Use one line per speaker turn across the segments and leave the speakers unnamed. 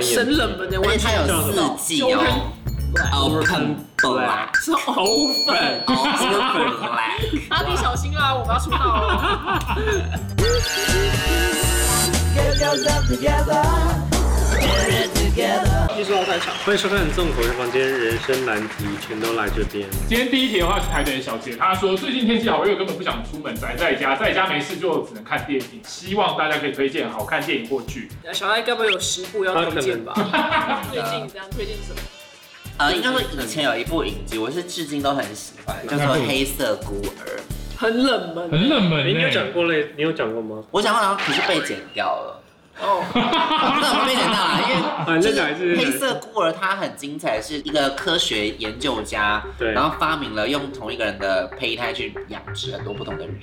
神人们的，
而
完
且它
全
有
叫什么
四季
九人
哦，Open Black，
是藕粉。
Open Black。
阿弟小心啊，我们要出道哦了。继续往上抢。
欢迎收看《纵口的房间》，人生难题全都来这边。
今天第一题的话是台北的小姐，她说最近天气好热，根本不想出门，宅在家，在家没事就只能看电影。希望大家可以推荐好看电影或剧。
小赖该不会有十部要推荐 吧？最近这样推荐什么？
呃，应该说以前有一部影集，我是至今都很喜欢，叫做《黑色孤儿》。
很冷门。
很冷门、欸，
哎你有讲过嘞？你有讲过吗？
我想问，然后可是被剪 掉了。
哦，
那我被剪掉了，因为就
啊那个还是
是黑色孤儿，它很精彩，是一个科学研究家，
对
然后发明了用同一个人的胚胎去养殖很多不同的人，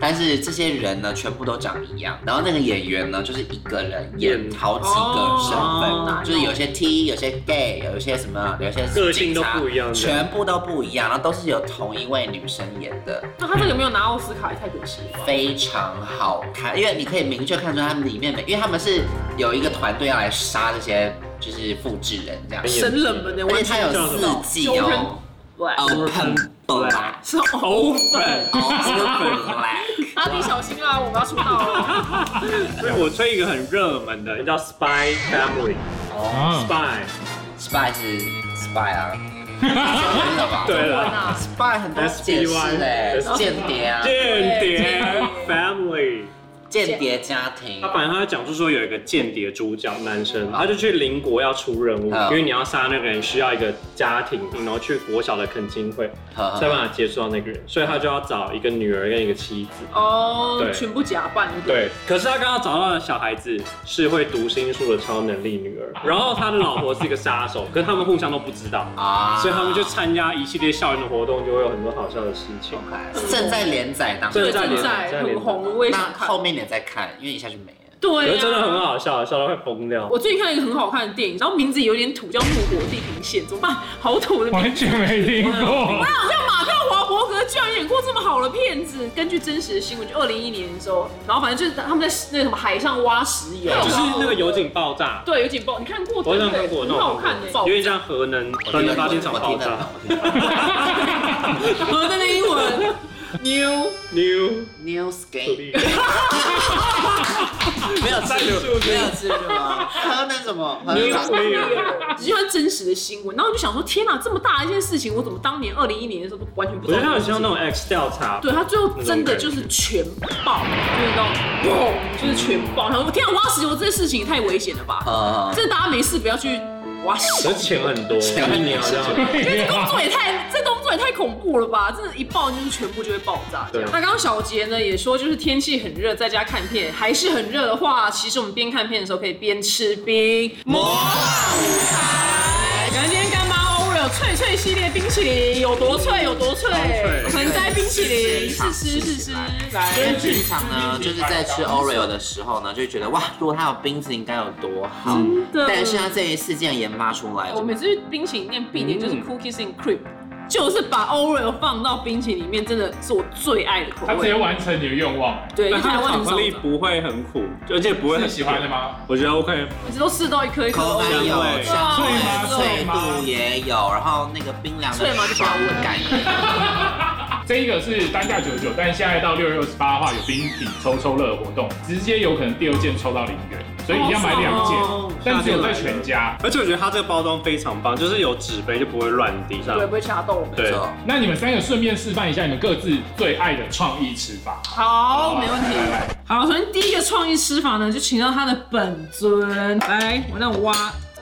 但是这些人呢，全部都长一样。然后那个演员呢，就是一个人演
嗯
好几个身份，
哦
啊就是有些 T，有些 gay，有些什么，有些
个性都
警察
不一样的
全部都不一样，然后都是由同一位女生演的。
那他这个没有拿奥斯卡也太可惜了吧。
非常好看，因为你可以明确看出他们里面每，因为他们是有一个团队要来杀这些就是复制人这样，
神人们的，
而且
完
它
全
有四季
九人
哦。
black
Open Black，
是藕粉。
Open Black，
阿弟小心啊，我们要出道哦了。
所以我推一个很热门的，叫《Spy Family》。
啊，
Spy，
Spy 是 Spy 啊，真的吧？
对
完
了，
啊，
，Spy 很多解释哎，
SPY
间谍啊，
间谍
对
Family。
间谍家庭
他，反正他讲述说有一个间谍主角男生，他就去邻国要出任务，
嗯
因为你要杀那个人需要一个家庭，然后去国小的恳亲会
呵
才
呵
办法接触到那个人，所以他就要找一个女儿跟一个妻子。
哦，
对
全部假扮就对
对，可是他刚刚找到的小孩子是会读心术的超能力女儿，然后他的老婆是一个杀手， 可是他们互相都不知道，
啊
所以他们就参加一系列校园的活动，就会有很多好笑的事情。
OK，正在连载当中
对，
正在
正
连
在
正在连啊
很红，我也
那
想看。
后面你再看，因为一下就没了。
可
对
是真
啊，
的很。好笑，笑到快疯掉。
我最近看了一个很好看的电影，然后名字有点土，叫《怒火地平线》，怎么办？ 好土的名字。
完全没听过。
那好像马克华伯格居然演过这么好的片子。根据真实的新闻，就二零一一年的时候，然后反正就是他们在那个什么海上挖石油，
哦就是那个油井爆炸，
对有警报，你看过？
我
对
想
不对
看过，那
很好看欸
我看
的。
过有点像核能核能发电厂
我
爆
听得懂
炸。，
我听得懂。
我的英文，New
New
New Skin
Police
没有吃
三十五
没有吃入 吗？还有那什么？还
New
有
Police，
只是看真实的新闻，然后我就想说，天哪，这么大一件事情，我怎么当年二零一年的时候都完全不
我
知
觉
道
得
这
它很
件事情？
像那 种 X 调查，
对他最后真的就是全爆，就是到砰，就是全爆。然后我天啊，挖石油这件事情也太危险了吧！
呃，
这大家没事不要去 挖石
可
油
是，钱很多，一年好像
因为这工作也太，这工作也太恐怖了吧！真的，一爆就是全部就会爆炸这
对
样。那刚刚小杰呢也说，就是天气很热，在家看片还是很热的话，其实我们边看片的时候可以边吃冰。感谢今天干妈欧有脆脆系列冰淇淋，有多脆有多脆，
脆
盆栽冰淇淋，试
试吃
吃试
一下
吃，
因为
来。
平常呢，就是在吃 Oreo 的时候呢，就会觉得哇，如果它有冰淇淋该有多好。
的
但是它这一次竟然研发出来
我
了，
每次去冰淇淋店必点就是 cookies and cream，就是把 Oreo 放到冰淇淋里面，真的是我最爱的口
她直接
味。
完成你的愿望，欸
对， 因为
但它
台
的
湾
巧
很少
克力
有。
不会很苦，而且不会
是
很
你喜欢 的？吗？
我觉得 OK，
每次都吃到一颗一颗
口感有
哦，
香味，
脆
脆
吗
度也有，然后那个冰凉的
脆吗就不
爽
要问
感也有。
这一个是单价九十九，但现在到六月二十八号有冰品抽抽乐活动，直接有可能第二件抽到零元，所以一定要买两件
好爽哦，
但只有在全家。
而且我觉得它这个包装非常棒，就是有纸杯就不会乱滴上
对，。不会掐到我们。
对，
那你们三个顺便示范一下你们各自最爱的创意吃法。
好，哦没问题。
来来
好，首先第一个创意吃法呢，就请到他的本尊来，我让我挖。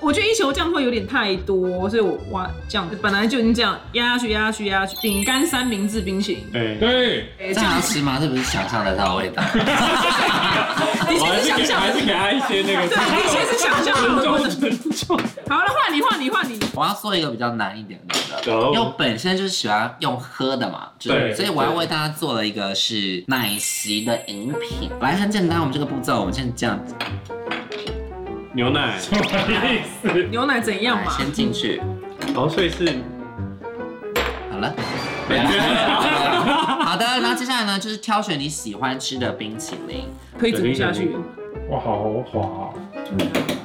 我觉得一球酱会有点太多，所以我挖酱本来就已经这样压下去、压下去、压下去。饼干三明治冰淇淋，
对，
对，
哎
这
这样
样吃吗？这不是想象得到的味 道。
你
我还
先是
是
想
给
象
还
的，
是给他一些那个
对，你先是想象
尊
的。
重尊重。
好了，换你，换你，换你。
我要做一个比较难一点的，因
哦
为我本身就是喜欢用喝的嘛，就是
对
所以我要为大家做了一个是奶昔的饮品。来，很简单，我们这个步骤，我们先这样子，
牛奶，
什么意思？
牛奶怎样
来
嘛？
先进去，
哦，所以是
好了。
觉
好的，然后接下来呢，就是挑选你喜欢吃的冰淇淋。
可以怎么下去？
哇，好滑、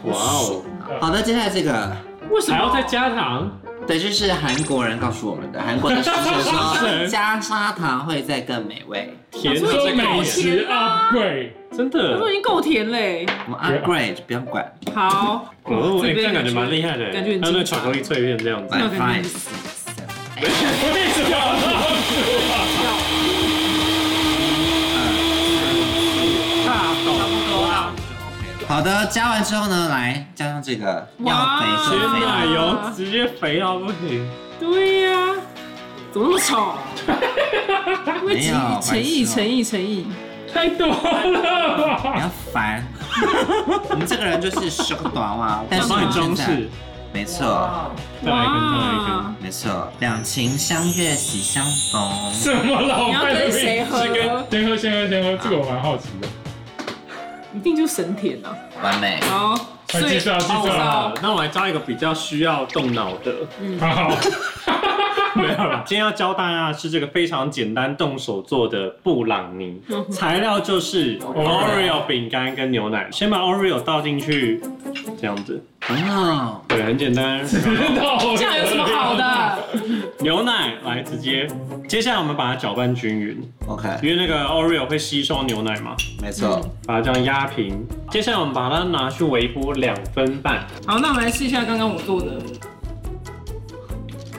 哇哦，
好的，接下来这个，
为什
还要
么？
再加糖？
对，这是韩国人告诉我们的，韩国的食神
食
说
神
加砂糖会再更美味。
甜
所以
的
做美食
甜啊
upgrade，
真
我说
的
已，经够甜嘞。
我们 upgrade 不要管
好，
哦，
这
这
边
样感觉蛮厉害的，欸
感觉很
还有那
精彩
巧克力脆片这样子
那。
，like
我感
five
觉
six seven
为什么？
大
懂
差不多啦。
eight。好的，加完之后呢，来加上这个要
哇
肥
鲜
是肥
奶
的，
油直接肥到不行，
对呀、怎么那么丑？因为
没有
诚意，诚意，诚意，
太多了。
不要烦。 我们这个人就是手短袜，但
想
是
帮你
现
装
在
饰，
没错
再来一根，再来一根。
没错，两情相悦喜相逢。
什么老
你要
外的
跟
名字
谁喝？
先喝，先喝，先喝，这个我蛮好奇的。
一定就神甜啊！
完美。
好，
快计算计算
爆
好啊
烧，
那我来教一个比较需要动脑的，
好，
没有了。今天要教大家的是这个非常简单动手做的布朗尼，
嗯
材料就是 Oreo 饼干跟牛奶。先把 Oreo 倒进去，这样子，
嗯，
对，很简单。
知道 我
这样有什么好？的？
牛奶来直接，接下来我们把它搅拌均匀，
OK，
因为那个 Oreo 会吸收牛奶嘛，
没错。
把它这样压平。接下来我们把它拿去微波两分半，
好，那我们来试一下刚刚我做的。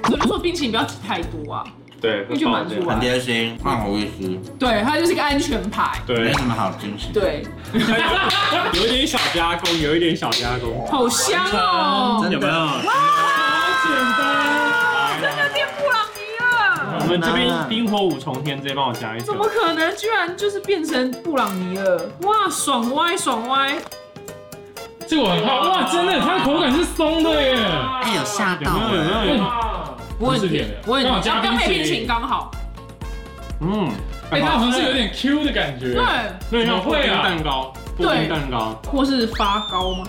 所以就说冰淇淋不要挤太多啊，
对，
那就满足啊
很
了
贴心，换好意思，
对，它就是一个安全牌。
对
没，什么好惊喜。，
对，
有一点小加工，有一点小加工。
好香哦、
真的
有没有？
好简单，
啊真的变布朗尼了，
我们这边冰火五重天，直接帮我加一
怎
球。
么可能？居然就是变成布朗尼了！哇，爽歪爽歪！
这个我很好。哇，真的，它的口感是松的耶。
哎，有吓
有
到
没有？有没
我。
有有没有？
不会很
不是甜的
甜，不会很
刚好
甜，
加
刚刚配
冰淇淋
冰淇淋刚好。
嗯，
哎，它好像是有点 Q 的感觉。
对，
对，像
怎
布
么会
丁
啊
蛋糕，布丁蛋糕，
或是发糕吗？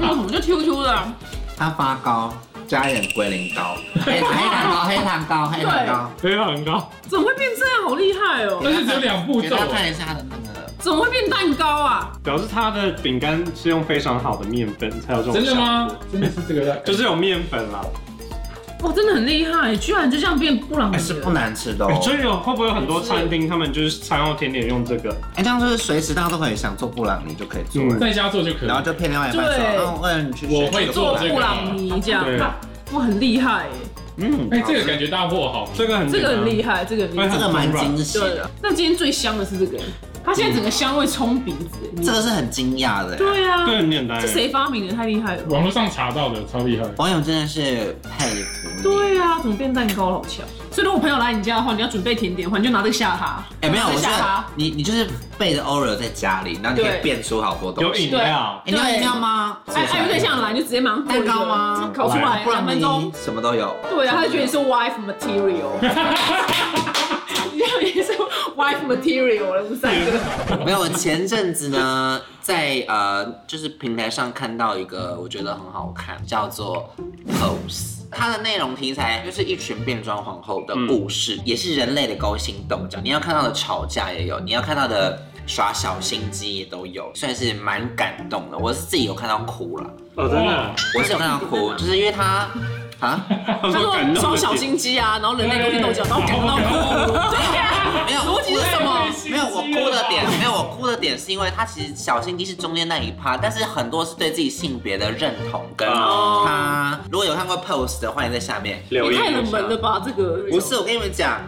那怎么就 QQ 的啊？
它发糕，加一点龟苓膏， 黑糖糕，黑糖糕，黑糖糕。
非常高。
怎么会变这样？好厉害哦！
但是只有两步
给
骤
大。家看一下它的那个，
怎么会变蛋糕啊？
表示它的饼干是用非常好的面粉才有这种。
真的？吗？真的是这个？
就是有面粉啦。
哇，真的很厉害，居然就这样变布朗尼
哎，
了
是不难吃的
哎
哦。
所以有会不会有很多餐厅他们就是餐后甜点用这个？
哎，这样就是随时大家都可以想做布朗尼就可以做了，
在家做就可以
然。后就骗另外一半说，
对
嗯，问你去
我会
做
这个
布朗尼这样
对，
哇，很厉害耶，
嗯，
哎，这个感觉大获好评。
这个很
这个很厉
害。
害，这个很厉
哎
害。
这个蛮惊喜
对
的，
的，那今天最香的是这个，它现在整个香味冲鼻子。
这个是很惊讶的。
对啊，
对，很简单
这。谁发明的？太厉害了。
网络上查到的，超厉害。
网友真的是佩服你。
对啊，怎么变蛋糕了？好强！所以如果朋友来你家的话，你要准备甜点的话，你就拿这个吓他。
哎，没有，
拿这
我
个
觉
吓
得
他。
你你就是背着 Oreo 在家里，然后你可以
对
变出好多东
有
西。
饮料，
哎你要饮料吗？
哎哎，有对象来你就直接马上
蛋糕吗？
烤出来
布
两
朗尼
分钟。
什么都有。
对啊，他就觉得你是 wife material，你就也是 wife material 了，不是这个。
没有，我前阵子呢，在呃，就是平台上看到一个我觉得很好看，叫做 Pose。它的内容题材就是一群变装皇后的故事，也是人类的勾心斗角。你要看到的吵架也有，你要看到的耍小心机也都有，算是蛮感动的。我是自己有看到哭了，
哦，真的，
我是有看到哭，就是因为它啊，
他
他
说感动
说耍
的
小
点。
心机啊，然后人类勾心斗角，然后感动到哭。对啊，
没有
逻辑是什么？
没有，我哭的点没有，我哭的点是因为他其实小心机是中间那一趴，但是很多是对自己性别的认同跟
哦
他。如果有看过 Pose 的，欢迎在下面。
留
也
言
太冷
一下
门了，吧？这个
不是，我跟你们讲，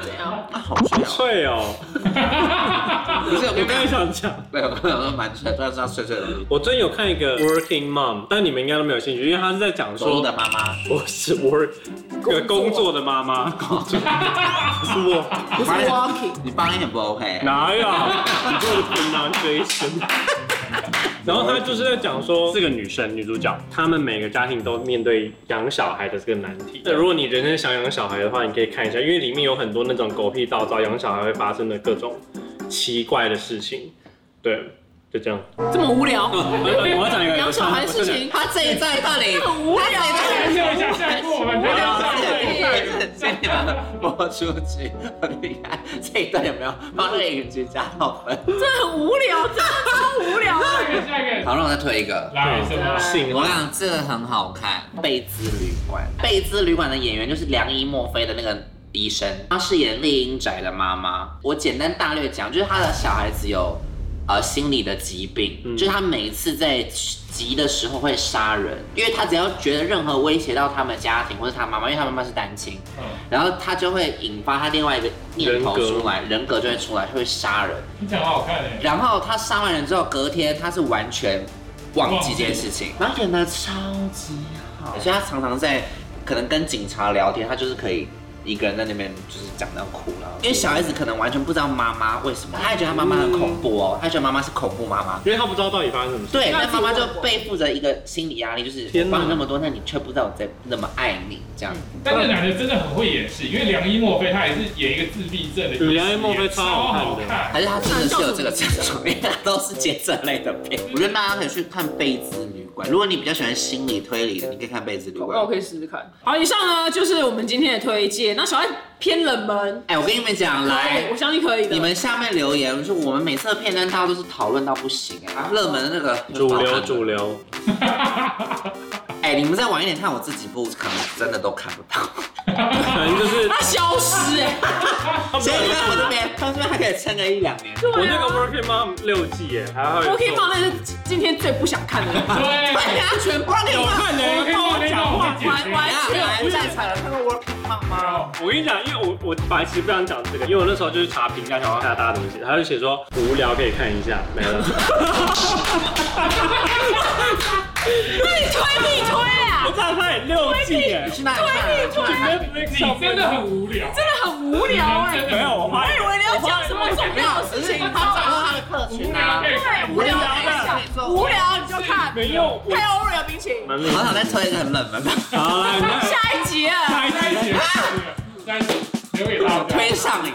怎样？
啊，好睡哦。
脆哦，
不是，我
我
跟
刚才
你讲，
想讲。
没有，没有，蛮睡，但是要睡睡的东西。
我最近有看一个 Working Mom，但你们应该都没有兴趣，因为他是在讲
走路
说
的妈妈，
我是 work 呃工作的妈妈，工作是我
不是 walking。
你发音很不 OK。
哪有？你给我很难追生。然后他就是在讲说，四个女生女主角，她们每个家庭都面对养小孩的这个难题。那如果你人生想养小孩的话，你可以看一下，因为里面有很多那种狗屁倒灶养小孩会发生的各种奇怪的事情。对，就这样。
这么无聊，
我要讲一个
养小孩的事，情
他这一站到底？
很无聊
他这一
下一
站
个下一个下一个我们才要上位下一个
这一段播出去很厉害，这一段有没有帮那个影剧加到分？
真的很无聊，真的超无聊的。
下一个下一个，
好，让我再推一个。
来什么？
信
我跟你讲这个很好看，《贝兹旅馆》。贝兹旅馆的演员就是梁一墨菲的那个医生，他饰演丽英宅的妈妈。我简单大略讲，就是他的小孩子有呃心理的疾病，
嗯
就是他每次在急的时候会杀人，因为他只要觉得任何威胁到他们家庭或者他妈妈，因为他妈妈是单亲，
嗯
然后他就会引发他另外一个念头
人格
出来，人格就会出来，就会杀人。
你讲得好看哎，
然后他杀完人之后，隔天他是完全忘记这件事情，然后演的超级好，所以他常常在可能跟警察聊天，他就是可以一个人在那边就是讲到哭了，因为小孩子可能完全不知道妈妈为什么，他也觉得他妈妈很恐怖哦，他觉得妈妈是恐怖妈妈。
因为他不知道到底发生什么事。
对，那妈妈就背负着一个心理压力，就是
天
我
哪
帮你那么多，但你却不知道我在那么爱你这样。
但那个男的真的很会演戏，因为梁一墨菲他也是演一个自闭症的医生，
梁一墨菲超
超
好看的
好看。
还是他真的是有这个症状，因为他都是接这类的片。我觉得大家可以去看《贝兹旅馆》，如果你比较喜欢心理推理的，你可以看《贝兹旅馆
那》我。可以试试看。好，以上呢就是我们今天的推荐。那小爱偏冷门，
哎、我跟你们讲，
可以
来
我，相信可以的。
你们下面留言，就是我们每次的片单大家都是讨论到不行、哎，热门的那个
主流主。流，
哎、你们再晚一点看，我自己部可能真的都看不到。
可能 就是
他消失哎、
所以你看我这边，他这边还可以撑个一两年。
我
对
那
啊
个 Working Mom 六季耶，还好有
我可以放那是今天最不想看的。
对，
哎呀，全部给
我
我
看
我
呢
可以帮你让我
完
解决。
完
哎呀，
全
有人站起来了，看到 working mom 吗？
我跟你讲，因为我我本来其实不想讲这个，因为我那时候就是查评价，想要看大家怎么写，他就写说无聊可以看一下，没了。
那你推必推啊
我，操，他也六季耶
你，去那里看？
对对对
你真的很无聊，
啊真的很无聊哎、
真的
没有，我花
我以为你要讲什么重要的事情，你知道
他找到
吗？
他的客群啊
无聊。可以
对，
看
无聊你就想，无聊你就看，
没有，我
配欧瑞的冰淇淋。
蛮厉
好
害
想再推一个很冷门的，
好来，那
下一集啊，
下一
下一
集
集，下一集留给大家。
推上瘾。